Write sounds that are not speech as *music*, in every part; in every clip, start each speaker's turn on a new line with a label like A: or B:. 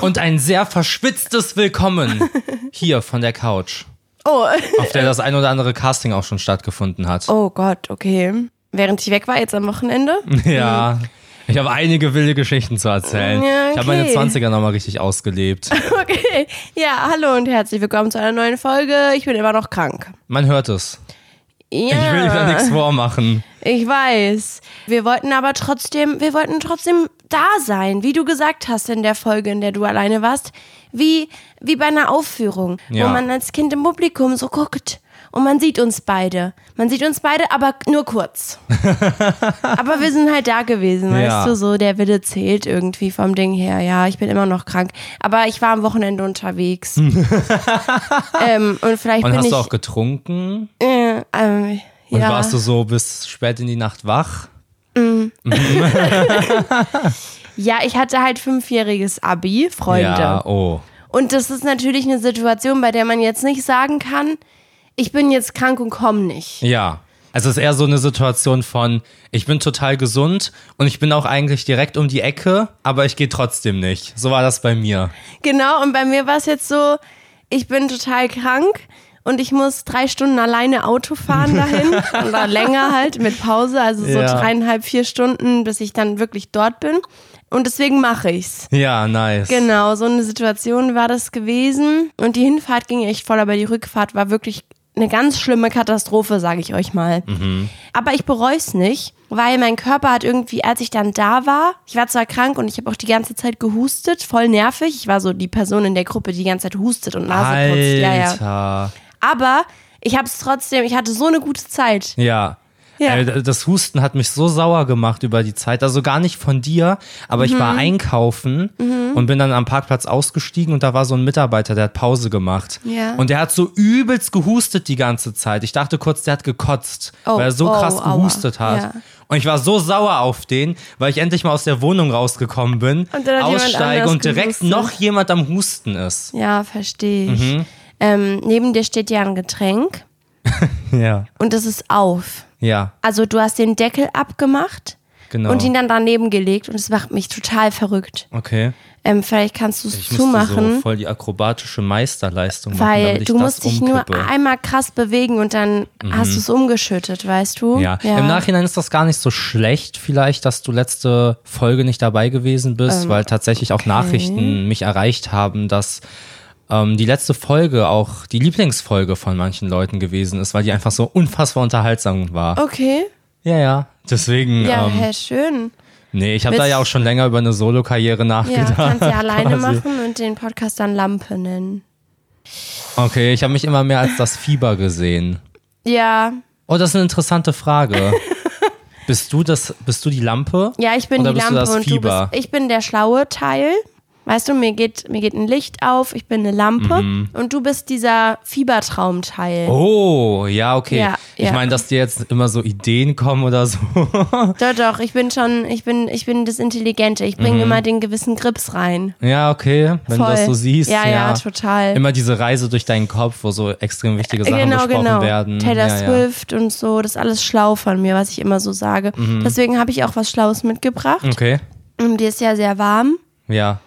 A: und ein sehr
B: *laughs*
A: verschwitztes Willkommen hier von der Couch,
B: Oh,
A: auf der das ein oder andere Casting auch schon stattgefunden hat.
B: oh Gott, okay. Während ich weg war jetzt am Wochenende.
A: *laughs* Mhm. Ja. Ich habe einige wilde Geschichten zu erzählen.
B: Ja,
A: Ich habe meine
B: okay.
A: 20er nochmal richtig ausgelebt.
B: *laughs* Okay. Ja, hallo und herzlich willkommen zu einer neuen Folge. Ich bin immer noch krank.
A: Man hört es.
B: Ja.
A: Ich will da nichts vormachen.
B: Ich weiß. Wir wollten aber trotzdem, wir wollten trotzdem da sein, wie du gesagt hast in der Folge, in der du alleine warst, wie, wie bei einer Aufführung,
A: Ja.
B: wo man als Kind im Publikum so guckt und man sieht uns beide. Man sieht uns beide, aber nur
A: *laughs*
B: kurz. aber wir sind halt da gewesen,
A: Ja.
B: weißt du, so der Wille zählt irgendwie vom Ding her. Ja, ich bin immer noch krank, aber ich war am Wochenende unterwegs.
A: *laughs*
B: ähm, und vielleicht
A: Und
B: bin
A: hast
B: ich
A: du auch getrunken?
B: äh, ähm,
A: Und
B: ja.
A: warst du so bis spät in die Nacht wach?
B: Ja, ich hatte halt fünfjähriges Abi, Freunde.
A: Ja, oh.
B: Und das ist natürlich eine Situation, bei der man jetzt nicht sagen kann, ich bin jetzt krank und komm nicht.
A: Ja. Also es ist eher so eine Situation von, ich bin total gesund und ich bin auch eigentlich direkt um die Ecke, aber ich gehe trotzdem nicht. So war das bei mir.
B: Genau, und bei mir war es jetzt so, ich bin total krank und ich muss drei Stunden alleine Auto
A: *laughs*
B: fahren dahin oder länger halt mit Pause, also so
A: Ja.
B: dreieinhalb, vier Stunden, bis ich dann wirklich dort bin. Und deswegen mache ich's.
A: Ja, nice.
B: Genau, so eine Situation war das gewesen. Und die Hinfahrt ging echt voll, aber die Rückfahrt war wirklich eine ganz schlimme Katastrophe, sage ich euch mal. Aber ich bereue es nicht, weil mein Körper hat irgendwie, als ich dann da war, ich war zwar krank und ich habe auch die ganze Zeit gehustet, voll nervig. Ich war so die Person in der Gruppe, die die ganze Zeit hustet und Nase putzt. Ja, ja.
A: Alter.
B: Aber ich habe es trotzdem, ich hatte so eine gute Zeit.
A: Ja.
B: Ja.
A: Äh, Das Husten hat mich so sauer gemacht über die Zeit. Also gar nicht von dir, aber ich
B: Mhm.
A: war einkaufen und bin dann am Parkplatz ausgestiegen und da war so ein Mitarbeiter, der hat Pause gemacht.
B: Ja.
A: Und der hat so übelst gehustet die ganze Zeit. Ich dachte kurz, der hat gekotzt,
B: Oh,
A: weil er so
B: oh,
A: krass
B: aua.
A: gehustet hat.
B: Ja.
A: Und ich war so sauer auf den, weil ich endlich mal aus der Wohnung rausgekommen bin,
B: Und dann hat jemand
A: aussteige
B: anders
A: und direkt
B: gehustet.
A: noch jemand am Husten ist.
B: Ja, verstehe ich. Ähm, neben dir steht ja ein Getränk
A: Ja.
B: und es ist auf.
A: Ja,
B: Also du hast den Deckel abgemacht
A: genau.
B: und ihn dann daneben gelegt und es macht mich total verrückt.
A: okay.
B: Ähm, vielleicht kannst du
A: Ich
B: es
A: müsste so
B: zumachen,
A: voll die akrobatische Meisterleistung machen,
B: weil
A: damit ich
B: du
A: das
B: musst dich
A: umkippe. Mhm.
B: nur einmal krass bewegen und dann hast du es umgeschüttet, weißt du?
A: ja. im Nachhinein ist das gar nicht so schlecht vielleicht, dass du letzte Folge nicht dabei gewesen bist,
B: Ähm,
A: weil tatsächlich auch Nachrichten mich erreicht haben, dass ähm, die letzte Folge auch die Lieblingsfolge von manchen Leuten gewesen ist, weil die einfach so unfassbar unterhaltsam war.
B: Okay.
A: Ja, ja. Deswegen,
B: Oh. Ja,
A: ähm,
B: hä, schön.
A: nee, ich habe da
B: willst-
A: ja auch schon länger über eine Solo-Karriere
B: Ja,
A: nachgedacht.
B: *laughs* kannst du ja alleine
A: genau, quasi.
B: machen und den Podcast dann Lampe nennen.
A: Okay, ich habe mich immer mehr als das Fieber gesehen.
B: Ja,
A: Oh, das ist eine
B: *laughs*
A: interessante Frage. bist du das, bist du die Lampe?
B: ja, ich bin
A: Oder
B: die
A: bist
B: Lampe
A: du das
B: und
A: Fieber?
B: du bist, ich bin der schlaue Teil. Weißt du, mir geht, mir geht ein Licht auf, ich bin eine Lampe
A: Mhm.
B: und du bist dieser Fiebertraumteil.
A: Oh, ja, okay.
B: Ja,
A: ich
B: ja.
A: meine, dass dir jetzt immer so Ideen kommen oder so. *laughs*
B: Doch, doch, ich bin schon, ich bin, ich bin das Intelligente. Ich bringe immer den gewissen Grips rein.
A: Ja, okay, Mhm. wenn
B: Voll.
A: du das so siehst.
B: Ja, ja, total.
A: Immer diese Reise durch deinen Kopf, wo so extrem wichtige Sachen
B: genau,
A: besprochen
B: genau.
A: werden.
B: Taylor
A: ja,
B: Swift und so, das ist alles schlau von mir, was ich immer so sage.
A: Mhm.
B: Deswegen habe ich auch was Schlaues mitgebracht.
A: Ja. Okay,
B: Und Die ist ja sehr warm.
A: ja.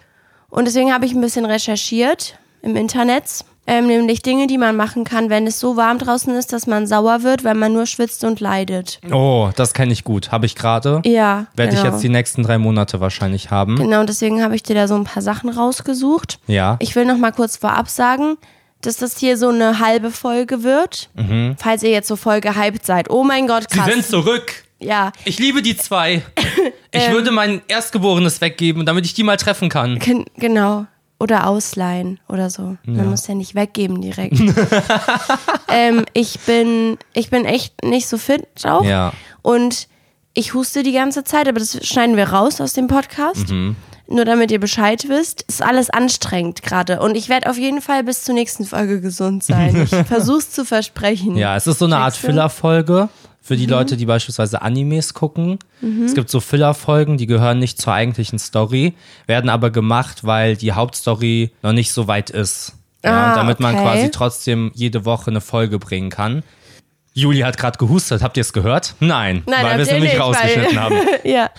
B: Und deswegen habe ich ein bisschen recherchiert im Internet. Ähm, nämlich Dinge, die man machen kann, wenn es so warm draußen ist, dass man sauer wird, weil man nur schwitzt und leidet.
A: Oh, das kenne ich gut. Habe ich gerade.
B: Ja.
A: Werde
B: genau.
A: ich jetzt die nächsten drei Monate wahrscheinlich haben.
B: Genau, deswegen habe ich dir da so ein paar Sachen rausgesucht.
A: Ja.
B: Ich will noch mal kurz vorab sagen, dass das hier so eine halbe Folge wird. Falls ihr jetzt so voll gehypt seid. Oh mein Gott,
A: Mhm. Sie
B: krass.
A: sind zurück.
B: ja,
A: Ich liebe
B: *laughs*
A: die zwei. Ich
B: Ähm.
A: würde mein Erstgeborenes weggeben, damit ich die mal treffen kann.
B: gen genau. Oder ausleihen oder so. Man muss ja nicht weggeben direkt. *laughs* ähm, ich, bin, ich bin echt nicht so fit auch.
A: Ja.
B: Und ich huste die ganze Zeit, aber das schneiden wir raus aus dem Podcast.
A: Mhm.
B: Nur damit ihr Bescheid wisst, ist alles anstrengend gerade. Und ich werde auf jeden Fall bis zur nächsten Folge gesund sein. Ich
A: *laughs*
B: versuch's zu versprechen.
A: Ja, es ist so eine Art
B: Checkst du? Mhm.
A: Filler-Folge für die Leute, die beispielsweise Animes gucken. Es gibt so Filler-Folgen, die gehören nicht zur eigentlichen Story, werden aber gemacht, weil die Hauptstory noch nicht so weit ist. Ja,
B: Ah,
A: und damit man
B: okay.
A: quasi trotzdem jede Woche eine Folge bringen kann. Juli hat gerade gehustet. Habt ihr es gehört? Nein,
B: Nein,
A: weil wir
B: habt
A: es
B: ihr *laughs*
A: nämlich
B: nicht, weil-
A: rausgeschnitten haben.
B: ja.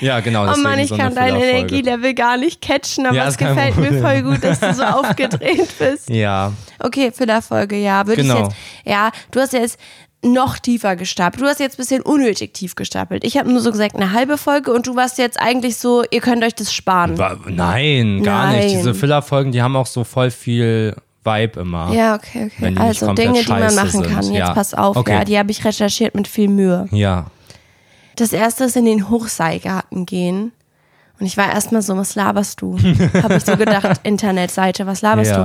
A: Ja, genau.
B: Oh Mann,
A: deswegen
B: ich
A: so eine
B: kann dein
A: Fehlerfolge.
B: Energielevel gar nicht catchen, aber
A: Ja,
B: es
A: ist kein
B: gefällt mir
A: Problem.
B: voll gut, dass du so
A: *laughs*
B: aufgedreht bist.
A: Ja,
B: Okay, Fehlerfolge, ja. Würde ich
A: Genau.
B: jetzt, ja, du hast ja jetzt noch tiefer gestapelt. Du hast jetzt ein bisschen unnötig tief gestapelt. Ich habe nur so gesagt, eine halbe Folge und du warst jetzt eigentlich so, ihr könnt euch das sparen.
A: Wa- Nein, gar
B: Nein.
A: nicht. Diese Filler-Folgen, die haben auch so voll viel Vibe immer.
B: Ja, okay, okay.
A: Wenn die nicht
B: also
A: komplett
B: Dinge, die man
A: scheiße
B: machen
A: sind.
B: kann. Jetzt
A: Ja.
B: pass auf,
A: Okay.
B: ja, die habe ich recherchiert mit viel Mühe.
A: Ja.
B: Das erste ist in den Hochseilgarten gehen. Und ich war erstmal so, was laberst
A: *laughs*
B: du? habe ich so gedacht, Internetseite, was laberst du?
A: Ja.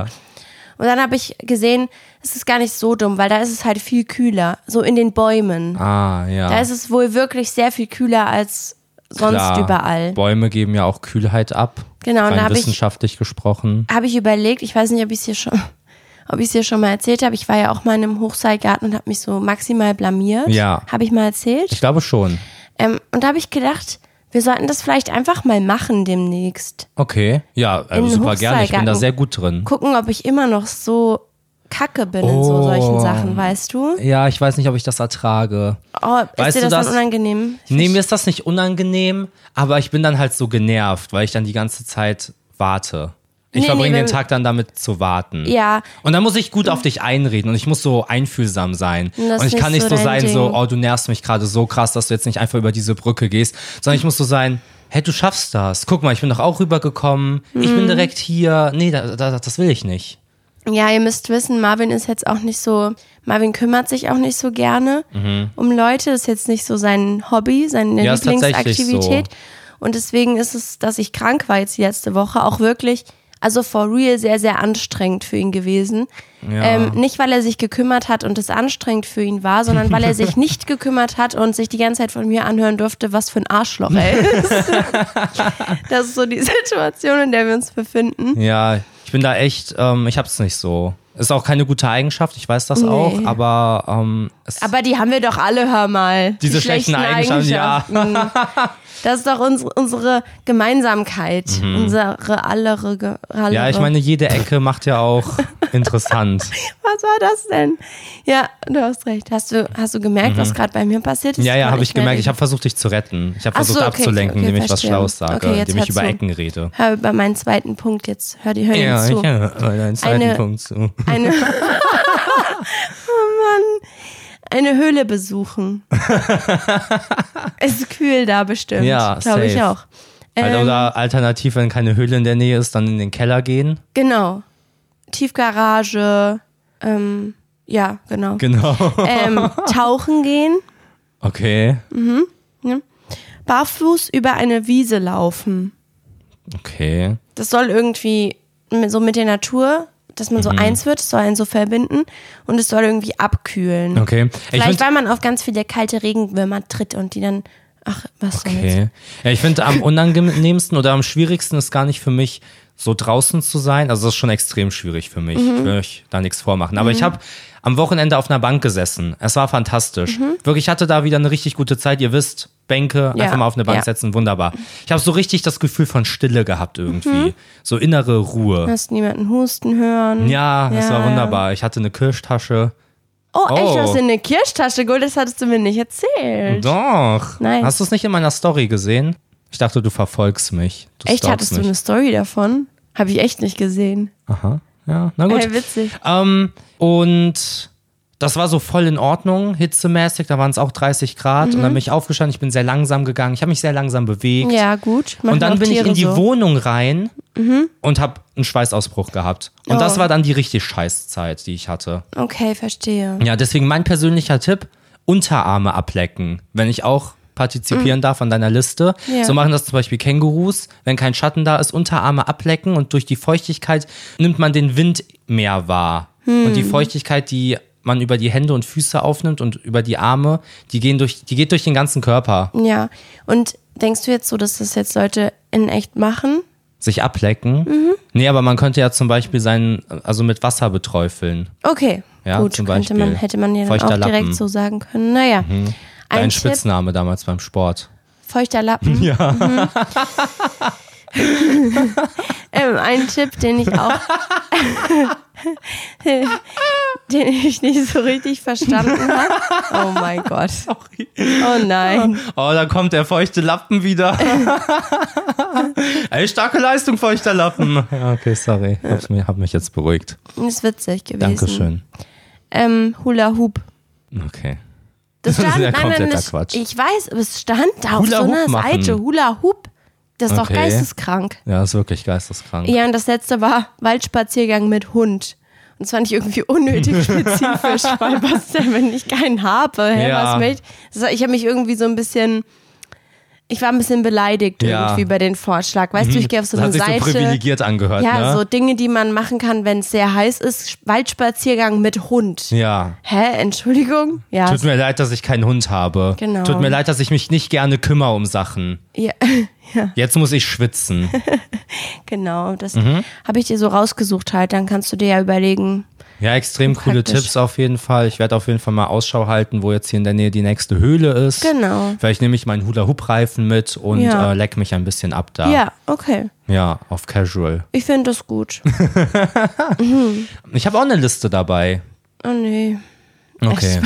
B: Und dann habe ich gesehen, es ist gar nicht so dumm, weil da ist es halt viel kühler, so in den Bäumen.
A: Ah, ja.
B: Da ist es wohl wirklich sehr viel kühler als sonst
A: Klar.
B: überall.
A: Bäume geben ja auch Kühlheit ab.
B: Genau, und
A: rein
B: da hab ich-
A: wissenschaftlich gesprochen.
B: Habe ich überlegt, ich weiß nicht, ob ich es hier schon, *laughs* ob ich es hier schon mal erzählt habe. Ich war ja auch mal in einem Hochseilgarten und habe mich so maximal blamiert.
A: Ja.
B: Habe ich mal erzählt.
A: Ich glaube schon.
B: Ähm, und da habe ich gedacht, wir sollten das vielleicht einfach mal machen demnächst.
A: Okay. Ja, also
B: den
A: super gerne. Ich bin da
B: Hochseilgarten.
A: sehr gut drin.
B: Gucken, ob ich immer noch so kacke bin in so
A: Oh.
B: solchen Sachen, weißt du?
A: Ja, ich weiß nicht, ob ich das ertrage.
B: Oh, ist
A: Weißt
B: dir
A: du
B: das,
A: das-
B: dann unangenehm?
A: Nee, mir ist das nicht unangenehm, aber ich bin dann halt so genervt, weil ich dann die ganze Zeit warte. Ich
B: Nee,
A: verbringe
B: nee,
A: den
B: wenn-
A: Tag dann damit zu warten.
B: Ja,
A: Und dann muss ich gut auf dich einreden und ich muss so einfühlsam sein.
B: Und das
A: Und ich
B: ist
A: kann nicht
B: so
A: so
B: dein
A: sein, so,
B: Ding.
A: oh, du nervst mich gerade so krass, dass du jetzt nicht einfach über diese Brücke gehst, sondern ich muss so sein, hey, du schaffst das. Guck mal, ich bin doch auch rübergekommen. Ich
B: Mhm.
A: bin direkt hier. Nee, da, da, das will ich nicht.
B: Ja, ihr müsst wissen, Marvin ist jetzt auch nicht so, Marvin kümmert sich auch nicht so gerne um Leute, ist jetzt nicht so sein Hobby, seine
A: Mhm. Ja, ist tatsächlich
B: Lieblingsaktivität. Und deswegen ist es, dass ich krank war jetzt die letzte Woche, auch wirklich, also for real, sehr, sehr anstrengend für ihn gewesen.
A: Ja.
B: Ähm, nicht, weil er sich gekümmert hat und es anstrengend für ihn war, sondern weil er
A: *laughs*
B: sich nicht gekümmert hat und sich die ganze Zeit von mir anhören durfte, was für ein Arschloch er ist.
A: *laughs*
B: das ist so die Situation, in der wir uns befinden.
A: Ja, ich bin da echt, ähm, ich hab's nicht so. Ist auch keine gute Eigenschaft, ich weiß das auch, aber ähm, es
B: Aber die haben wir doch alle, hör mal.
A: Diese schlechten Eigenschaften,
B: Eigenschaften. Das ist doch unsere, unsere Gemeinsamkeit. Unsere allere, ge- allere.
A: Mhm. Ja, ich meine, jede Ecke macht ja
B: *laughs*
A: auch interessant.
B: Was war das denn? Ja, du hast recht. Hast du, hast du gemerkt, was gerade bei mir passiert ist?
A: Mhm. Ja, ja,
B: war
A: habe
B: nicht
A: ich
B: mehr
A: gemerkt. Ich
B: richtig.
A: habe versucht, dich zu retten. Ich habe
B: Ach so,
A: versucht,
B: okay,
A: abzulenken,
B: okay,
A: indem ich was
B: verstehe.
A: Schlaues sage,
B: Okay, jetzt
A: indem ich
B: hör
A: über
B: zu.
A: Ecken rede.
B: Hör über meinen zweiten Punkt jetzt. Hör, die, hör dir jetzt zu.
A: höre deinen zweiten
B: Eine-
A: Punkt zu.
B: Eine, oh Mann. Eine Höhle
A: *laughs*
B: besuchen. es ist kühl da bestimmt.
A: Ja,
B: glaube ich
A: safe. Halt
B: auch.
A: Oder,
B: Ähm,
A: oder alternativ, wenn keine Höhle in der Nähe ist, dann in den Keller gehen.
B: Genau. Tiefgarage, ähm, ja, genau.
A: Genau. *laughs*
B: ähm, tauchen gehen,
A: Okay.
B: barfuß über eine Wiese laufen.
A: Okay.
B: Das soll irgendwie mit- so mit der Natur, dass
A: Mhm.
B: man so eins wird, es soll einen so verbinden und es soll irgendwie abkühlen.
A: Okay. Ich
B: Vielleicht,
A: find,
B: weil man auf ganz viele kalte Regenwürmer tritt und die dann, ach, was soll jetzt?
A: okay. Ja, ich finde am unangenehmsten oder am schwierigsten ist gar nicht für mich, so draußen zu sein. Also das ist schon extrem schwierig für mich.
B: Mhm.
A: Ich will euch da nichts vormachen. Aber ich habe am Wochenende auf einer Bank gesessen. Es war fantastisch. Wirklich, ich hatte da wieder eine richtig gute Zeit. Ihr wisst, Bänke,
B: Mhm. Ja,
A: einfach mal auf eine Bank
B: ja.
A: setzen, wunderbar. Ich habe so richtig das Gefühl von Stille gehabt irgendwie.
B: Mhm.
A: So innere Ruhe.
B: Du hast niemanden husten hören.
A: Ja, es
B: Ja,
A: war
B: ja.
A: wunderbar. Ich hatte eine Kirschtasche.
B: Oh, echt,
A: Oh.
B: du hast dir eine Kirschtasche geholt, das hattest du mir nicht erzählt.
A: Doch.
B: Nice.
A: Hast du es nicht in meiner Story gesehen? Ich dachte, du verfolgst mich. Du
B: Echt,
A: stalkst
B: hattest du
A: mich.
B: eine Story davon? Habe ich echt nicht gesehen.
A: Aha. Ja, na gut.
B: Ey, witzig.
A: Ähm, und das war so voll in Ordnung, hitzemäßig. Da waren es auch 30 Grad. Und dann bin ich aufgestanden. Ich bin sehr langsam gegangen. Ich habe mich sehr langsam bewegt.
B: Mhm. Ja, gut. Machen
A: Und dann
B: auch
A: bin ich
B: Tiere
A: in die
B: so. Mhm.
A: Wohnung rein und habe einen Schweißausbruch gehabt. Und
B: Oh.
A: das war dann die richtig Scheißzeit, die ich hatte.
B: Okay, verstehe.
A: Ja, deswegen mein persönlicher Tipp: Unterarme ablecken. Wenn ich auch partizipieren darf an deiner Liste.
B: Mhm. Ja.
A: So machen das zum Beispiel Kängurus. Wenn kein Schatten da ist, Unterarme ablecken und durch die Feuchtigkeit nimmt man den Wind mehr wahr.
B: Hm.
A: Und die Feuchtigkeit, die man über die Hände und Füße aufnimmt und über die Arme, die gehen durch, die geht durch den ganzen Körper.
B: Ja. Und denkst du jetzt so, dass das jetzt Leute in echt machen?
A: Sich ablecken.
B: Mhm.
A: Nee, aber man könnte ja zum Beispiel sein, also mit Wasser beträufeln.
B: Okay,
A: Ja,
B: gut.
A: zum
B: könnte man,
A: Beispiel.
B: hätte man ja dann
A: Feuchter
B: auch
A: Lappen. Mhm.
B: direkt so sagen können. Naja. Ein
A: Dein
B: Tipp,
A: Spitzname damals beim Sport.
B: feuchter
A: *laughs*
B: Lappen. Ja. *laughs* ähm, ein Tipp, den ich auch *laughs* den ich nicht so richtig verstanden habe. Oh mein Gott.
A: Sorry.
B: Oh
A: *laughs*
B: nein.
A: Oh, da kommt der feuchte Lappen *laughs* wieder. Ey, starke Leistung, feuchter Lappen. *laughs* Ja, okay, sorry. Hab's mir, hab mich jetzt beruhigt.
B: Ist witzig gewesen.
A: Dankeschön.
B: Ähm, Hula Hoop.
A: Okay.
B: Das
A: *laughs* Das ist
B: stand,
A: ja
B: nein, nein,
A: kompletter
B: das,
A: Quatsch.
B: Ich weiß, aber es stand da auf
A: Hula
B: so
A: Hoop
B: einer
A: machen.
B: Seite. Hula Hoop. Das ist doch
A: Okay.
B: geisteskrank.
A: Ja, ist wirklich geisteskrank.
B: Ja, und das letzte war Waldspaziergang mit Hund. Und das fand ich irgendwie
A: *laughs*
B: unnötig spezifisch, weil was denn, wenn ich keinen habe? Hä,
A: Ja.
B: was möcht? Das war- Ich habe mich irgendwie so ein bisschen, ich war ein bisschen beleidigt
A: Ja. Mhm.
B: irgendwie bei den Vorschlag. Weißt du, ich gehe auf so
A: das
B: eine
A: hat sich
B: Seite.
A: so privilegiert angehört,
B: ja,
A: ne?
B: so Dinge, die man machen kann, wenn es sehr heiß ist. Sch- Waldspaziergang mit Hund.
A: ja.
B: Hä? Entschuldigung? Ja.
A: Tut mir leid, dass ich keinen Hund habe.
B: Genau.
A: Tut mir leid, dass ich mich nicht gerne kümmere um Sachen.
B: ja.
A: Jetzt muss ich schwitzen. *laughs*
B: Genau, das
A: Mhm.
B: habe ich dir so rausgesucht halt. Dann kannst du dir ja überlegen.
A: Ja, extrem coole
B: Praktisch.
A: Tipps auf jeden Fall. Ich werde auf jeden Fall mal Ausschau halten, wo jetzt hier in der Nähe die nächste Höhle ist.
B: Genau.
A: Vielleicht nehme ich meinen Hula-Hoop-Reifen mit und
B: Ja.
A: äh, leck mich ein bisschen ab da.
B: Ja, okay.
A: Ja, auf Casual.
B: Ich finde das
A: *laughs*
B: gut.
A: Ich habe auch eine Liste dabei.
B: Oh nee.
A: Okay.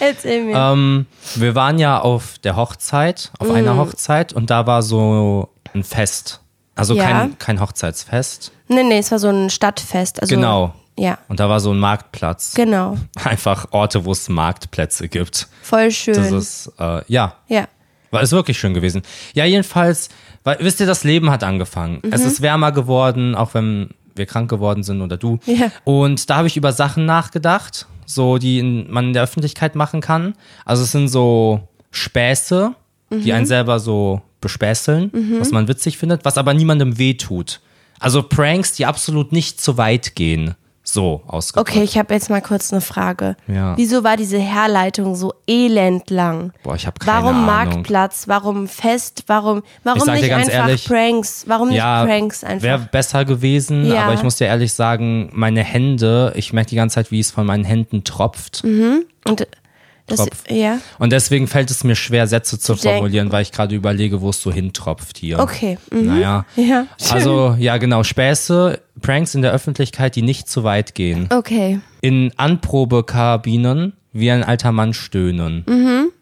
B: Erzähl mir.
A: Ähm, wir waren ja auf der Hochzeit, auf
B: Mm.
A: einer Hochzeit und da war so ein Fest. Also
B: Ja.
A: kein, kein Hochzeitsfest.
B: Nee, nee, es war so ein Stadtfest. Also,
A: Genau.
B: Ja,
A: Und da war so ein Marktplatz.
B: genau.
A: Einfach Orte, wo es Marktplätze gibt.
B: Voll schön.
A: Das ist, äh, ja,
B: ja.
A: War es wirklich schön gewesen. Ja, jedenfalls, weil, wisst ihr, das Leben hat angefangen. Es
B: Mhm.
A: ist wärmer geworden, auch wenn wir krank geworden sind oder du.
B: Ja.
A: Und da habe ich über Sachen nachgedacht, so die in, man in der Öffentlichkeit machen kann. Also es sind so Späße, die
B: Mhm.
A: einen selber so bespäßeln, was man witzig findet, was aber niemandem wehtut. Also Pranks, die absolut nicht zu weit gehen. So ausgedrückt.
B: Okay, ich habe jetzt mal kurz eine Frage.
A: Ja.
B: Wieso war diese Herleitung so elend lang?
A: Boah, ich habe keine
B: Warum
A: Ahnung.
B: Marktplatz? Warum Fest? Warum,
A: Ich
B: warum
A: sag dir
B: nicht
A: ganz
B: einfach
A: ehrlich,
B: Pranks? Warum nicht Pranks einfach?
A: Wäre besser gewesen,
B: Ja.
A: aber ich muss dir ehrlich sagen, meine Hände, ich merke die ganze Zeit, wie es von meinen Händen tropft.
B: Mhm. Und das,
A: Tropf.
B: ja,
A: Und deswegen fällt es mir schwer, Sätze zu
B: denken.
A: formulieren, weil ich gerade überlege, wo es so hintropft hier.
B: Okay, mhm.
A: Naja.
B: Ja,
A: Also, ja, genau. Späße, Pranks in der Öffentlichkeit, die nicht zu weit gehen.
B: okay.
A: In Anprobekabinen wie ein alter Mann stöhnen.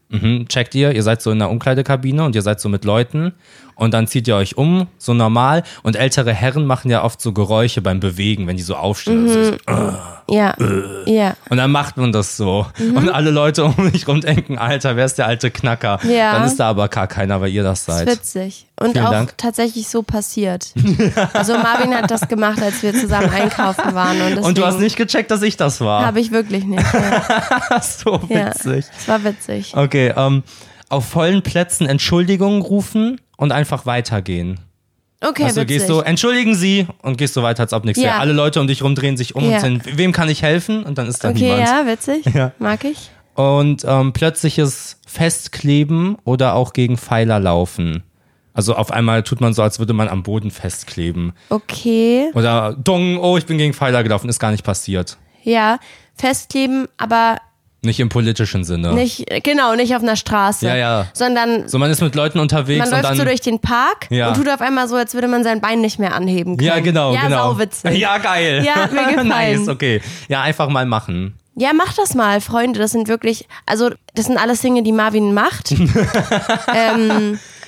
A: Mhm, checkt ihr, ihr seid so in der Umkleidekabine und ihr seid so mit Leuten und dann zieht ihr euch um, so normal. Und ältere Herren machen ja oft so Geräusche beim Bewegen, wenn die so aufstehen. Das
B: Mhm.
A: ist-
B: Ja,
A: Äh.
B: ja.
A: Und dann macht man das so.
B: Mhm.
A: Und alle Leute um mich rum denken, Alter, wer ist der alte Knacker?
B: Ja.
A: Dann ist da aber gar keiner, weil ihr das
B: Das
A: seid.
B: ist witzig. Und
A: Vielen
B: auch
A: Dank.
B: tatsächlich so
A: *laughs*
B: passiert. Also Marvin hat das gemacht, als wir zusammen einkaufen waren. Und,
A: Und du hast
B: deswegen
A: nicht gecheckt, dass ich das war.
B: Habe ich wirklich nicht.
A: *laughs*
B: Ja.
A: so
B: Ja.
A: witzig.
B: Es war witzig.
A: Okay, ähm, auf vollen Plätzen Entschuldigungen rufen und einfach weitergehen.
B: Okay,
A: also
B: witzig.
A: gehst du, entschuldigen Sie und gehst so weiter, als ob nichts
B: Ja.
A: wäre. Alle Leute um dich rum drehen sich um
B: Ja.
A: und sind, wem kann ich helfen? Und dann ist da
B: okay,
A: niemand.
B: ja, witzig.
A: Ja.
B: Mag ich.
A: Und ähm, plötzliches Festkleben oder auch gegen Pfeiler laufen. Also auf einmal tut man so, als würde man am Boden festkleben.
B: Okay,
A: Oder dong, oh, ich bin gegen Pfeiler gelaufen, ist gar nicht passiert.
B: ja. Festkleben, aber
A: Nicht im politischen Sinne.
B: nicht, genau, nicht auf einer Straße.
A: Ja, ja.
B: Sondern
A: So, man ist mit Leuten unterwegs
B: man
A: und
B: läuft
A: dann.
B: so durch den Park
A: Ja.
B: und tut auf einmal so, als würde man sein Bein nicht mehr anheben können.
A: ja, genau,
B: ja,
A: genau.
B: Sauwitzig.
A: Ja, geil.
B: Ja,
A: *laughs*
B: hat mir gefallen.
A: nice, okay. Ja, einfach mal machen.
B: Ja, mach das mal, Freunde. Das sind wirklich, also das sind alles Dinge, die Marvin
A: *laughs*
B: macht. ähm,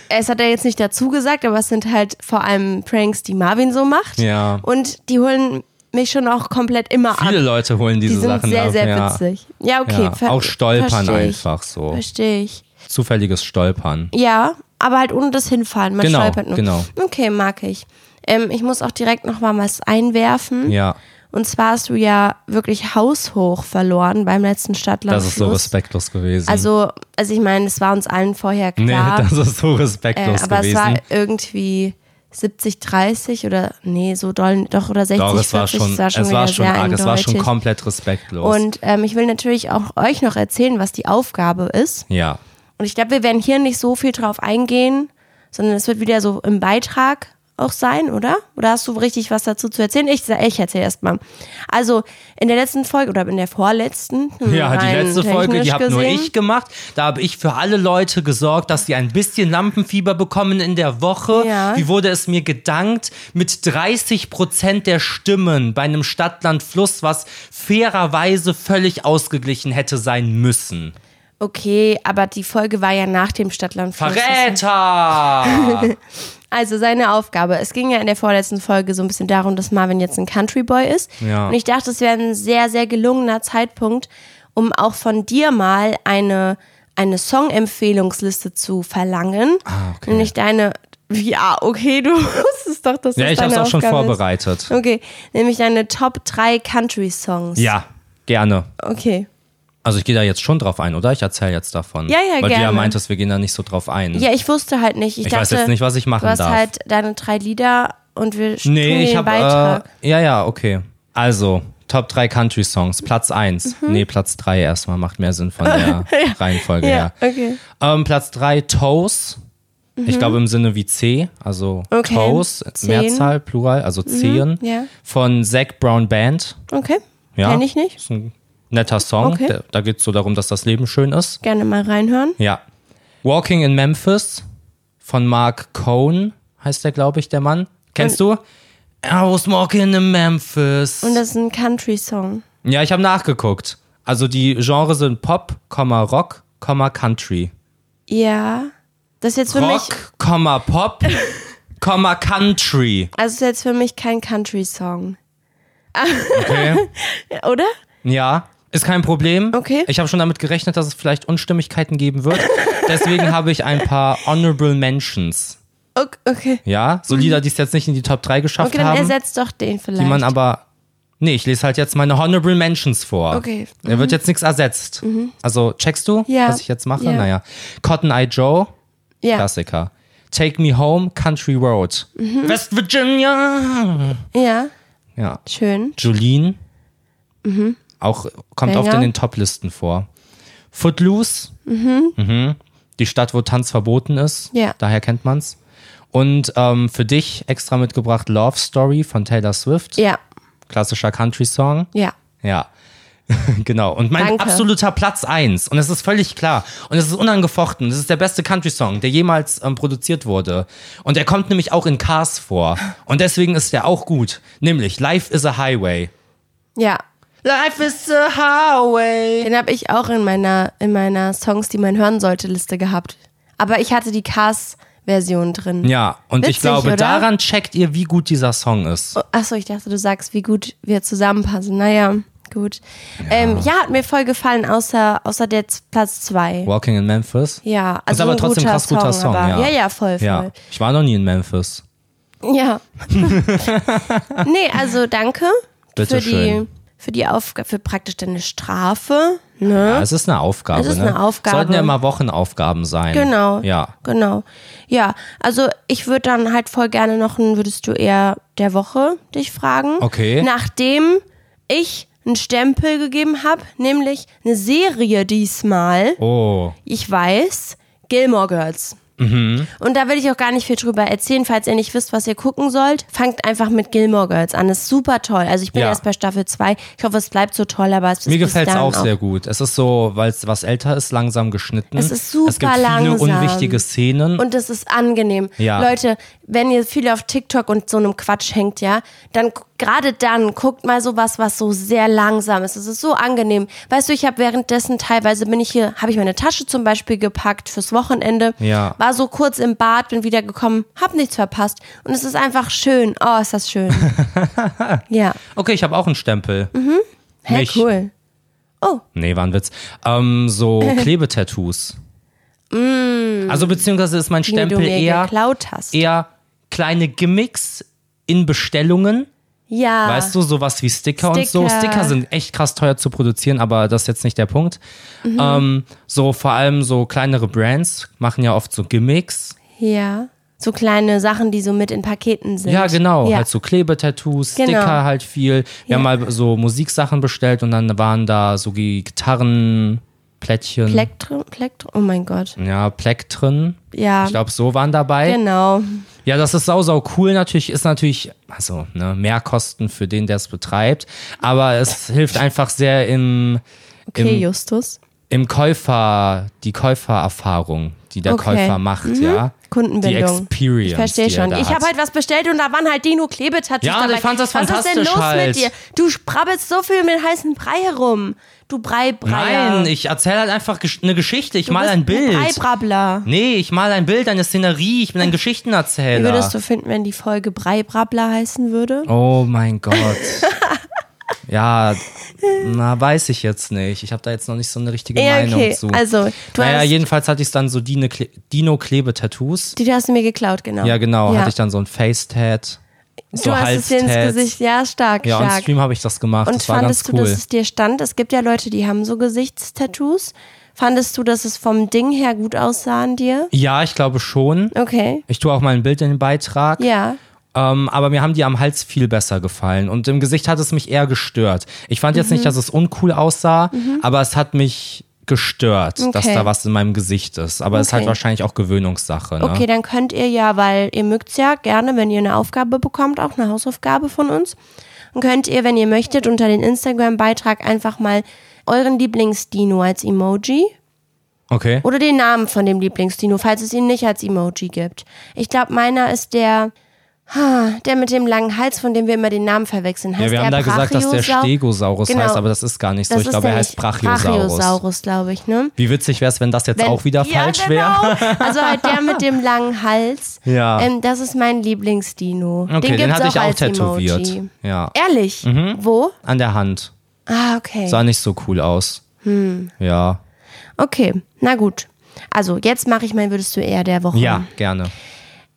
B: es hat er jetzt nicht dazu gesagt, aber es sind halt vor allem Pranks, die Marvin so macht.
A: Ja.
B: Und die holen mich schon auch komplett immer
A: Viele
B: ab.
A: Leute holen diese
B: Die sind
A: Sachen
B: sehr,
A: ab.
B: sehr
A: ja.
B: witzig. Ja, okay.
A: Ja,
B: ver-
A: auch stolpern
B: versteh ich.
A: einfach so.
B: Verstehe ich.
A: Zufälliges Stolpern.
B: Ja, aber halt ohne das Hinfallen. Man
A: Genau,
B: stolpert nur.
A: genau.
B: Okay, mag ich. Ähm, ich muss auch direkt noch mal was einwerfen.
A: Ja,
B: Und zwar hast du ja wirklich haushoch verloren beim letzten Stadtland.
A: das ist so respektlos gewesen.
B: Also, also ich meine, es war uns allen vorher
A: nee,
B: klar.
A: *laughs* das ist so
B: äh,
A: respektlos
B: aber es
A: gewesen.
B: war irgendwie 70, 30 oder nee, so doll, doch oder 60,
A: Doch, es war
B: 40,
A: schon,
B: es war schon,
A: es war
B: wieder
A: schon
B: sehr
A: arg, es war schon
B: eindeutig.
A: komplett respektlos.
B: Und ähm, ich will natürlich auch euch noch erzählen, was die Aufgabe ist.
A: ja,
B: Und ich glaube, wir werden hier nicht so viel drauf eingehen, sondern es wird wieder so im Beitrag auch sein, oder? Oder hast du richtig was dazu zu erzählen? Ich, ich erzähle erst mal. Also in der letzten Folge oder in der vorletzten.
A: Ja, die
B: rein
A: letzte Folge,
B: technisch
A: die habe nur
B: gesehen.
A: ich gemacht. Da habe ich für alle Leute gesorgt, dass sie ein bisschen Lampenfieber bekommen in der Woche.
B: Ja.
A: Wie wurde es mir gedankt? Mit 30 Prozent der Stimmen bei einem Stadtland-Fluss, was fairerweise völlig ausgeglichen hätte sein müssen.
B: Okay, aber die Folge war ja nach dem Stadtlandfluss.
A: Verräter!
B: Also seine Aufgabe. Es ging ja in der vorletzten Folge so ein bisschen darum, dass Marvin jetzt ein Country Boy ist.
A: Ja.
B: Und ich dachte, es wäre ein sehr, sehr gelungener Zeitpunkt, um auch von dir mal eine, eine Songempfehlungsliste zu verlangen. Ah,
A: okay.
B: Nämlich deine. Ja, okay, du *laughs* wusstest doch, dass
A: ja,
B: das
A: ich habe
B: deine
A: es auch schon
B: Aufgabe
A: vorbereitet.
B: Ist. Okay, nämlich deine Top 3 Country Songs.
A: Ja, gerne.
B: Okay.
A: Also ich gehe da jetzt schon drauf ein, oder? Ich erzähle jetzt davon.
B: Ja, ja,
A: Weil du ja
B: gerne.
A: meintest, wir gehen da nicht so drauf ein.
B: Ja, ich wusste halt nicht. Ich,
A: Ich
B: dachte,
A: weiß jetzt nicht, was ich machen
B: Du hast
A: darf.
B: halt deine drei Lieder und wir spielen
A: Nee, ich
B: den
A: habe.
B: Beitrag.
A: Äh, ja, ja, okay. Also, Top 3 Country Songs. Platz 1. Nee, Platz 3 erstmal. Macht mehr
B: *laughs*
A: Sinn von der Reihenfolge
B: Mhm. ja,
A: her.
B: okay.
A: Ähm, Platz 3 Toes. Ich glaube im Sinne wie C, also
B: Mhm. Okay.
A: Toes,
B: Zehn. Mhm.
A: Mehrzahl, Plural, also Zehen.
B: ja.
A: Von Zac Brown Band.
B: Okay.
A: Ja.
B: Kenn ich nicht.
A: Ist ein netter Song.
B: Okay.
A: Da, da geht es so darum, dass das Leben schön ist.
B: Gerne mal reinhören.
A: Ja. Walking in Memphis von Mark Cohn heißt der, glaube ich, der Mann. Kennst du? I was walking in Memphis.
B: Und das ist ein Country-Song.
A: ja, ich habe nachgeguckt. Also die Genres sind Pop, Komma, Rock, Komma, Country.
B: Ja. Das ist jetzt für mich,
A: Rock, Komma, Pop,
B: *laughs*
A: Komma, Country.
B: also ist jetzt für mich kein Country-Song.
A: Okay.
B: Ja, Oder?
A: Ja, ist kein Problem.
B: Okay.
A: Ich habe schon damit gerechnet, dass es vielleicht Unstimmigkeiten
B: *laughs*
A: geben wird. Deswegen habe ich ein paar Honorable Mentions.
B: Ok- Okay.
A: Ja, so Lieder, die es jetzt nicht in die Top 3 geschafft
B: Mhm. Okay, dann
A: haben.
B: ersetzt doch den vielleicht.
A: die man aber. Nee, ich lese halt jetzt meine Honorable Mentions vor.
B: Okay. Mhm.
A: Da wird jetzt nichts ersetzt. Also checkst du,
B: Ja.
A: was ich jetzt mache?
B: Ja.
A: Naja. Cotton Eye Joe,
B: ja.
A: Klassiker. Take Me Home, Country Road.
B: Mhm.
A: West Virginia.
B: ja,
A: Ja.
B: schön.
A: Jolene. Auch kommt
B: Banger.
A: oft in den Top-Listen vor. Footloose. Mhm. Die Stadt, wo Tanz verboten ist.
B: Ja.
A: Daher kennt man's. Und ähm, für dich extra mitgebracht Love Story von Taylor Swift.
B: Ja,
A: Klassischer Country-Song.
B: ja.
A: Ja. *laughs* genau. Und mein
B: Danke.
A: absoluter Platz 1. Und es ist völlig klar. Und es ist unangefochten. Es ist der beste Country-Song, der jemals ähm, produziert wurde. Und er kommt nämlich auch in Cars vor. Und deswegen ist er auch gut. Nämlich Life is a Highway.
B: Ja.
A: Life is a Highway.
B: Den habe ich auch in meiner, in meiner Songs, die man hören sollte, Liste gehabt. Aber ich hatte die Cars-Version drin.
A: Ja, und
B: Witzig,
A: ich glaube,
B: oder?
A: daran checkt ihr, wie gut dieser Song ist.
B: Oh, Achso, ich dachte, du sagst, wie gut wir zusammenpassen. Naja, gut. Ja, ähm, ja hat mir voll gefallen, außer, außer der Z- Platz 2.
A: Walking in Memphis.
B: Ja, also
A: ist aber
B: ein
A: trotzdem
B: guter
A: krass guter Song.
B: aber-
A: ja.
B: ja, voll, voll.
A: Ja. Ich war noch nie in Memphis. *laughs*
B: Ja. nee, also danke
A: Bitte
B: für
A: schön.
B: die für die Aufgabe, für praktisch deine Strafe. Ne?
A: Ja, es ist eine Aufgabe.
B: Es ist
A: ne?
B: eine Aufgabe.
A: Sollten ja immer Wochenaufgaben sein.
B: Genau.
A: Ja.
B: Genau. Ja, also ich würde dann halt voll gerne noch ein, würdest du eher der Woche dich fragen.
A: Okay.
B: Nachdem ich einen Stempel gegeben habe, nämlich eine Serie diesmal.
A: Oh.
B: Ich weiß, Gilmore Girls.
A: Mhm.
B: Und da will ich auch gar nicht viel drüber erzählen. Falls ihr nicht wisst, was ihr gucken sollt, fangt einfach mit Gilmore Girls an. Das ist super toll. Also ich bin
A: Ja.
B: erst bei Staffel 2. Ich hoffe, es bleibt so toll, aber es ist
A: Mir
B: bis
A: gefällt es
B: dann
A: auch sehr gut. Es ist so, weil es was älter ist, langsam geschnitten.
B: Es ist super
A: Es gibt viele
B: langsam.
A: unwichtige Szenen.
B: Und das ist angenehm.
A: Hm. Ja.
B: Leute, wenn ihr viel auf TikTok und so einem Quatsch hängt, ja, dann gu- gerade dann guckt mal sowas, was so sehr langsam ist. Es ist so angenehm. Weißt du, ich habe währenddessen teilweise bin ich hier, habe ich meine Tasche zum Beispiel gepackt fürs Wochenende.
A: Ja.
B: War so kurz im Bad, bin wieder gekommen, hab nichts verpasst. Und es ist einfach schön. Oh, ist das
A: *laughs*
B: schön. ja.
A: okay, ich habe auch einen Stempel.
B: Mhm. Hä,
A: Mich.
B: cool. Oh,
A: Nee, war ein Witz.
B: *laughs*
A: Ähm, so Klebetattoos. Also beziehungsweise ist mein
B: Mm. die du
A: Stempel
B: mir
A: eher, e
B: geklaut hast.
A: eher kleine Gimmicks in Bestellungen.
B: ja.
A: Weißt du, sowas wie Sticker, und so.
B: Ah. Sticker.
A: Sticker sind echt krass teuer zu produzieren, aber das ist jetzt nicht der Punkt.
B: Mhm.
A: Ähm, so vor allem so kleinere Brands machen ja oft so Gimmicks.
B: Ja. So kleine Sachen, die so mit in Paketen sind.
A: Ja, genau.
B: Ja.
A: Halt so Klebetattoos,
B: Genau.
A: Sticker halt viel. Wir haben mal so Musiksachen bestellt und dann waren da so die Gitarren, Plättchen.
B: Plektrum, Plektrum, oh mein Gott.
A: ja, Plektren.
B: Ja,
A: Ich glaube, so waren dabei.
B: genau.
A: Ja, das ist sau, sau cool. Natürlich ist natürlich, also, ne, mehr Kosten für den, der es betreibt. Aber es hilft einfach sehr im,
B: Okay,
A: im,
B: Justus.
A: im Käufer, die Käufererfahrung, die der
B: Okay. Mhm.
A: Käufer macht, ja. Die
B: Kundenbindung.
A: Experience.
B: Ich verstehe
A: die er
B: schon.
A: Da
B: Ich
A: hat.
B: habe halt was bestellt und da waren halt Dino-Klebetattoos
A: Ja, und
B: dabei.
A: ich fand das
B: Was ist denn
A: fantastisch
B: los
A: halt.
B: mit dir? Du sprabbelst so viel mit heißem Brei herum. Du Brei-Breier.
A: Nein, ich erzähle halt einfach gesch- eine Geschichte. Ich
B: du
A: mal
B: bist
A: ein Bild.
B: Brei-Brabbler.
A: Nee, ich mal ein Bild, eine Szenerie. Ich bin ein
B: Wie
A: Geschichtenerzähler.
B: würdest du finden, wenn die Folge Brei-Brabbler heißen würde?
A: Oh mein Gott. ja, na, weiß ich jetzt nicht. Ich habe da jetzt noch nicht so eine richtige
B: Ja,
A: Meinung
B: okay.
A: zu.
B: Also, du
A: naja,
B: hast-
A: jedenfalls hatte ich dann so Dine- Kle- Dino-Klebe-Tattoos.
B: Die hast du mir geklaut, genau.
A: Ja, genau. Hatte ich dann so ein Face-Tat. So
B: du hast es dir ins
A: Hals-Tat.
B: Gesicht, ja, stark,
A: Ja, im
B: stark.
A: Stream habe ich das gemacht.
B: Und
A: das war ganz
B: fandest du,
A: cool.
B: dass es dir stand? Es gibt ja Leute, die haben so Gesichtstattoos. Fandest du, dass es vom Ding her gut aussah an dir?
A: ja, ich glaube schon.
B: Okay.
A: Ich tue auch mal ein Bild in den Beitrag.
B: Ja.
A: Ähm, aber mir haben die am Hals viel besser gefallen. Und im Gesicht hat es mich eher gestört. Ich fand jetzt
B: Mhm.
A: nicht, dass es uncool aussah, aber es hat mich gestört, dass
B: Okay.
A: da was in meinem Gesicht ist. Aber es ist halt
B: Okay.
A: wahrscheinlich auch Gewöhnungssache. Ne?
B: Okay, dann könnt ihr ja, weil ihr mögt's ja gerne, wenn ihr eine Aufgabe bekommt, auch eine Hausaufgabe von uns. Und könnt ihr, wenn ihr möchtet, unter den Instagram-Beitrag einfach mal euren Lieblingsdino als Emoji
A: Okay.
B: oder den Namen von dem Lieblingsdino, falls es ihn nicht als Emoji gibt. Ich glaube, meiner ist der, ha, der mit dem langen Hals, von dem wir immer den Namen verwechseln. Heißt
A: Ja, wir
B: er
A: haben da gesagt, dass der
B: Brachiosaur-
A: Stegosaurus
B: Genau.
A: heißt, aber das ist gar nicht so.
B: Das
A: Ich
B: ist
A: glaube, er
B: der
A: heißt
B: nicht.
A: Brachiosaurus.
B: Brachiosaurus, glaube ich, ne?
A: Wie witzig wäre es, wenn das jetzt
B: Wenn-
A: auch wieder
B: ja,
A: falsch
B: genau.
A: wäre? *laughs*
B: Also halt der mit dem langen Hals.
A: Ja.
B: Ähm, das ist mein Lieblingsdino.
A: Okay, den,
B: gibt's
A: hatte ich auch
B: als
A: tätowiert.
B: Emoji.
A: Ja. Mhm.
B: Ehrlich? Wo?
A: An der Hand.
B: Ah, okay.
A: Sah nicht so cool aus. Hm. Ja.
B: Okay, na gut. Also, jetzt mache ich mein Würdest du eher der Woche.
A: Ja, gerne.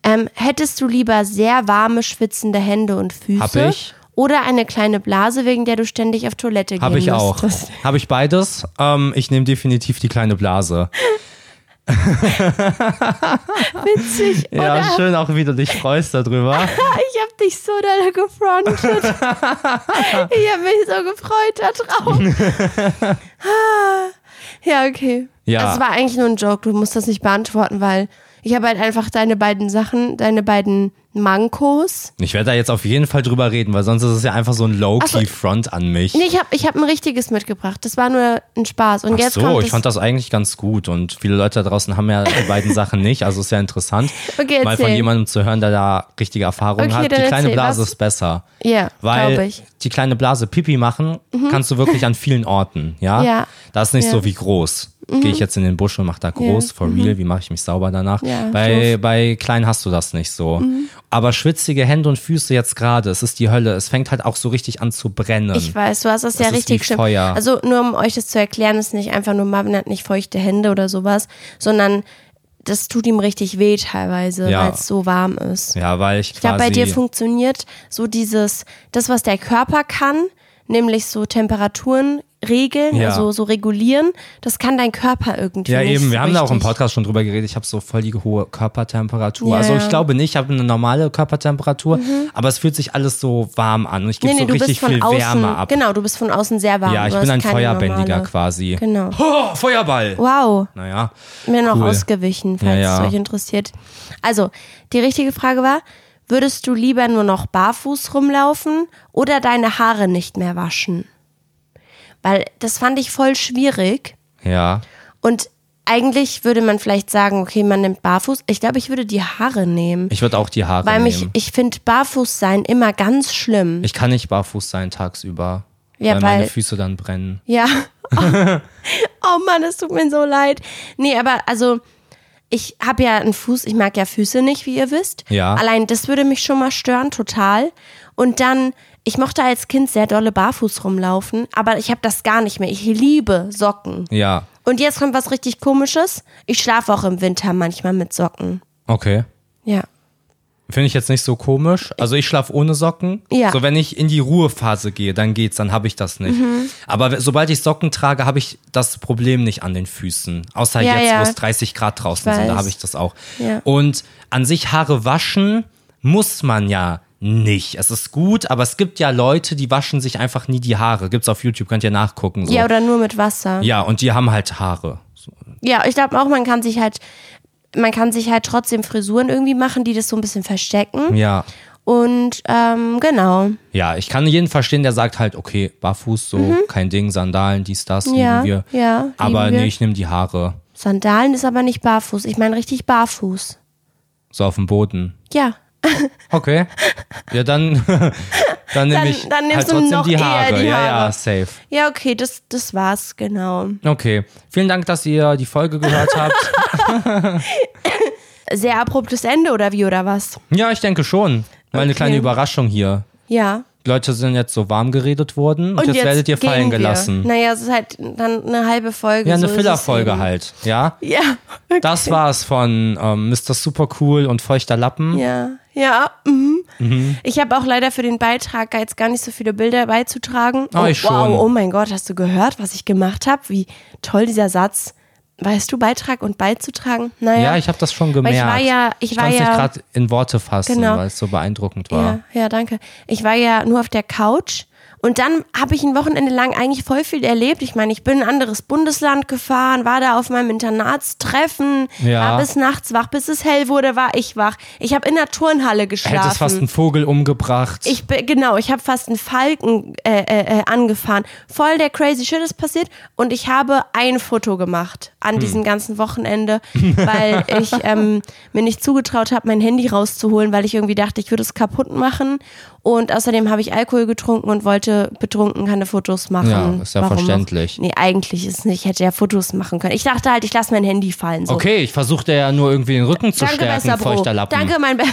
B: Ähm, hättest du lieber sehr warme, schwitzende Hände und Füße?
A: Hab ich.
B: Oder eine kleine Blase, wegen der du ständig auf Toilette gehen
A: Habe ich auch.
B: müsstest?
A: Habe ich beides. Ähm, ich nehme definitiv die kleine Blase.
B: Witzig,
A: *laughs* Ja,
B: oder?
A: schön auch, wie du dich freust darüber.
B: *laughs* Ich hab dich so da gefrontet.
A: *laughs*
B: ich hab mich so gefreut da drauf. *laughs* Ah. ja, okay.
A: Ja.
B: Das war eigentlich nur ein Joke. Du musst das nicht beantworten, weil ich habe halt einfach deine beiden Sachen, deine beiden Mankos.
A: *laughs* Ich werde da jetzt auf jeden Fall drüber reden, weil sonst ist es ja einfach so ein Low-Key-Front an mich.
B: Nee, ich habe ich hab ein richtiges mitgebracht. Das war nur ein Spaß. Und
A: Ach
B: jetzt
A: so,
B: kommt
A: ich fand das eigentlich ganz gut und viele Leute da draußen haben ja die beiden Sachen nicht, also ist ja interessant,
B: Okay,
A: mal von
B: erzähl.
A: jemandem zu hören, der da richtige Erfahrungen
B: Okay,
A: hat. Die
B: dann
A: kleine
B: erzähl,
A: Blase
B: was-
A: ist besser,
B: Ja, glaube
A: weil
B: ich. Mhm.
A: die kleine Blase Pipi machen kannst du wirklich an vielen Orten, ja?
B: Ja.
A: Das ist nicht
B: Ja. Mhm.
A: so wie groß. Gehe ich jetzt in den Busch und mach da groß, for real, wie mache ich mich sauber danach?
B: Ja, Mhm.
A: bei, bei klein hast du das nicht so. Aber schwitzige Hände und Füße jetzt gerade, es ist die Hölle. Es fängt halt auch so richtig an zu brennen.
B: Ich weiß, du hast das, ja
A: ist
B: richtig
A: wie
B: schlimm.
A: Feuer.
B: Also nur um euch das zu erklären, ist nicht einfach nur Marvin hat nicht feuchte Hände oder sowas, sondern das tut ihm richtig weh teilweise,
A: Ja.
B: weil es so warm ist.
A: ja, weil ich,
B: Ich glaube,
A: quasi
B: bei dir funktioniert so dieses, das, was der Körper kann, nämlich so Temperaturen regeln,
A: Ja.
B: also so regulieren, das kann dein Körper irgendwie.
A: Ja,
B: nicht
A: eben.
B: so
A: Wir haben da auch im
B: richtig.
A: Podcast schon drüber geredet. Ich habe so voll die hohe Körpertemperatur.
B: Ja,
A: also
B: ja. Mhm.
A: ich glaube nicht, ich habe eine normale Körpertemperatur, aber es fühlt sich alles so warm an und ich gebe
B: Nee, nee,
A: so
B: du bist
A: richtig
B: von
A: viel
B: außen.
A: Wärme ab.
B: Genau, du bist von außen sehr warm.
A: Ja, ich
B: du
A: bin
B: hast
A: ein
B: keine
A: Feuerbändiger
B: normale-
A: quasi.
B: Genau.
A: Oh, Feuerball!
B: Wow.
A: Naja.
B: mir noch
A: Cool.
B: ausgewichen, falls
A: Ja, ja.
B: es euch interessiert. Also, die richtige Frage war, würdest du lieber nur noch barfuß rumlaufen oder deine Haare nicht mehr waschen? Weil das fand ich voll schwierig
A: Ja.
B: und eigentlich würde man vielleicht sagen, okay, man nimmt barfuß. Ich glaube, ich würde die Haare nehmen,
A: Ich würde auch die Haare
B: weil mich
A: nehmen.
B: ich finde barfuß sein immer ganz schlimm.
A: Ich kann nicht barfuß sein tagsüber,
B: Ja,
A: weil meine
B: weil-
A: Füße dann brennen.
B: Ja.
A: *laughs*
B: Oh, oh Mann, es tut mir so leid. Nee, aber also ich habe ja einen Fuß, ich mag ja Füße nicht, wie ihr wisst.
A: Ja.
B: Allein das würde mich schon mal stören, total. Und dann, ich mochte als Kind sehr dolle barfuß rumlaufen, aber ich habe das gar nicht mehr. Ich liebe Socken.
A: Ja.
B: Und jetzt kommt was richtig komisches. Ich schlafe auch im Winter manchmal mit Socken.
A: Okay.
B: Ja.
A: Finde ich jetzt nicht so komisch. Also ich schlafe ohne Socken.
B: Ja.
A: So wenn ich in die Ruhephase gehe, dann geht's, dann habe ich das nicht.
B: Mhm.
A: Aber we- sobald ich Socken trage, habe ich das Problem nicht an den Füßen. Außer
B: Ja,
A: jetzt,
B: ja.
A: wo es 30 Grad draußen
B: Ich
A: sind, da
B: weiß.
A: habe ich das auch.
B: Ja.
A: Und an sich Haare waschen muss man ja nicht. Es ist gut, aber es gibt ja Leute, die waschen sich einfach nie die Haare. Gibt's auf YouTube, könnt ihr nachgucken. So.
B: Ja, oder nur mit Wasser.
A: ja, und die haben halt Haare.
B: Ja, ich glaube auch, man kann sich halt man kann sich halt trotzdem Frisuren irgendwie machen, die das so ein bisschen verstecken.
A: Ja.
B: Und ähm, genau.
A: Ja, ich kann jeden verstehen, der sagt halt, okay, barfuß, so, kein Ding, Sandalen, dies, das,
B: Mhm. Ja,
A: lieben wir.
B: ja, lieben
A: aber
B: wir.
A: nee, ich nehme die Haare.
B: Sandalen ist aber nicht barfuß. Ich meine richtig barfuß.
A: So auf dem Boden.
B: Ja.
A: Okay. Ja, dann, *laughs* dann nehme ich
B: dann nimmst
A: halt
B: du
A: trotzdem
B: noch
A: die
B: eher
A: Haare.
B: die
A: Ja, ja,
B: Haare.
A: safe.
B: Ja, okay, das, das war's, genau.
A: Okay. Vielen Dank, dass ihr die Folge
B: *laughs*
A: gehört habt.
B: Sehr abruptes Ende oder wie oder was?
A: ja, ich denke schon. Mal eine
B: Okay.
A: kleine Überraschung hier.
B: Ja.
A: Die Leute sind jetzt so warm geredet worden und, jetzt, werdet ihr
B: gehen
A: fallen
B: wir.
A: gelassen.
B: Naja, es ist halt dann eine halbe Folge.
A: Ja, eine
B: so ist es
A: Filler-Folge
B: eben.
A: halt. Ja.
B: Ja.
A: Das war's von ähm, Mr. Supercool und Feuchter Lappen.
B: Ja, ja. Mhm. Ich habe auch leider für den Beitrag jetzt gar nicht so viele Bilder beizutragen.
A: Ah, ich
B: oh, wow,
A: schon.
B: oh mein Gott, hast du gehört, was ich gemacht habe? Wie toll dieser Satz. Weißt du, Beitrag und beizutragen? Naja.
A: Ja, ich habe das schon
B: Weil
A: gemerkt.
B: ich war ja- ich war
A: kann's
B: ja-
A: nicht gerade in Worte fassen,
B: Genau.
A: weil es so beeindruckend war.
B: ja, ja, danke. Ich war ja nur auf der Couch und dann habe ich ein Wochenende lang eigentlich voll viel erlebt. Ich meine, ich bin in ein anderes Bundesland gefahren, war da auf meinem Internatstreffen,
A: Ja.
B: war bis nachts wach, bis es hell wurde, war ich wach. Ich habe in der Turnhalle geschlafen.
A: Hättest fast einen Vogel umgebracht.
B: Ich bin, genau, ich habe fast einen Falken äh, äh, äh, angefahren. Voll der crazy shit ist passiert und ich habe ein Foto gemacht an
A: Hm.
B: diesem ganzen Wochenende,
A: *laughs*
B: weil ich ähm, mir nicht zugetraut habe, mein Handy rauszuholen, weil ich irgendwie dachte, ich würde es kaputt machen. Und außerdem habe ich Alkohol getrunken und wollte betrunken keine Fotos machen.
A: Ja, ist ja verständlich.
B: Auch? Nee, eigentlich ist es nicht. Ich hätte ja Fotos machen können. Ich dachte halt, ich lasse mein Handy fallen. So.
A: okay, ich versuchte ja nur irgendwie den Rücken zu
B: Danke,
A: stärken,
B: bester Bro.
A: Feuchter Lappen.
B: Danke, mein Be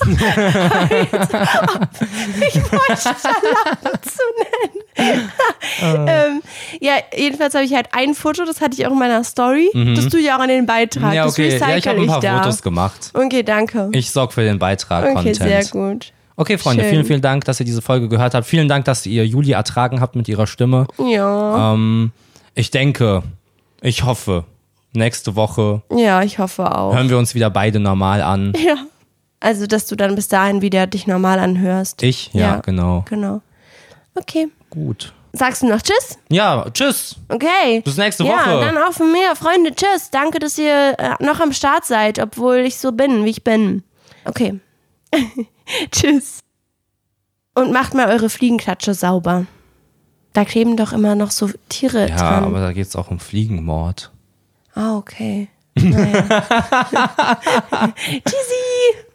B: *laughs* Ich wollte Lappen zu nennen. *laughs* ähm, ja, jedenfalls habe ich halt ein Foto, das hatte ich auch in meiner Story. Das tue ich auch an den Beitrag.
A: Mhm. Ja, okay.
B: Das recycle
A: Ja, ich habe ein paar
B: da.
A: Fotos gemacht.
B: Okay, danke.
A: Ich sorge für den Beitrag
B: okay,
A: Content.
B: sehr gut.
A: Okay, Freunde,
B: Schön.
A: vielen, vielen Dank, dass ihr diese Folge gehört habt. Vielen Dank, dass ihr Juli ertragen habt mit ihrer Stimme.
B: Ja.
A: Ähm, ich denke, ich hoffe, nächste Woche
B: ja, ich hoffe auch.
A: hören wir uns wieder beide normal an.
B: Ja. Also, dass du dann bis dahin wieder dich normal anhörst.
A: Ich? Ja, genau.
B: Genau. Okay.
A: Gut.
B: Sagst du noch Tschüss?
A: Ja, tschüss.
B: Okay.
A: Bis nächste
B: Ja,
A: Woche.
B: dann auch von mir. Freunde, tschüss. Danke, dass ihr äh, noch am Start seid, obwohl ich so bin, wie ich bin. Okay. *laughs* tschüss. Und macht mal eure Fliegenklatsche sauber. Da kleben doch immer noch so Tiere
A: Ja,
B: dran.
A: aber da geht's auch um Fliegenmord. *laughs*
B: Ah, okay. Naja. *laughs* Tschüssi.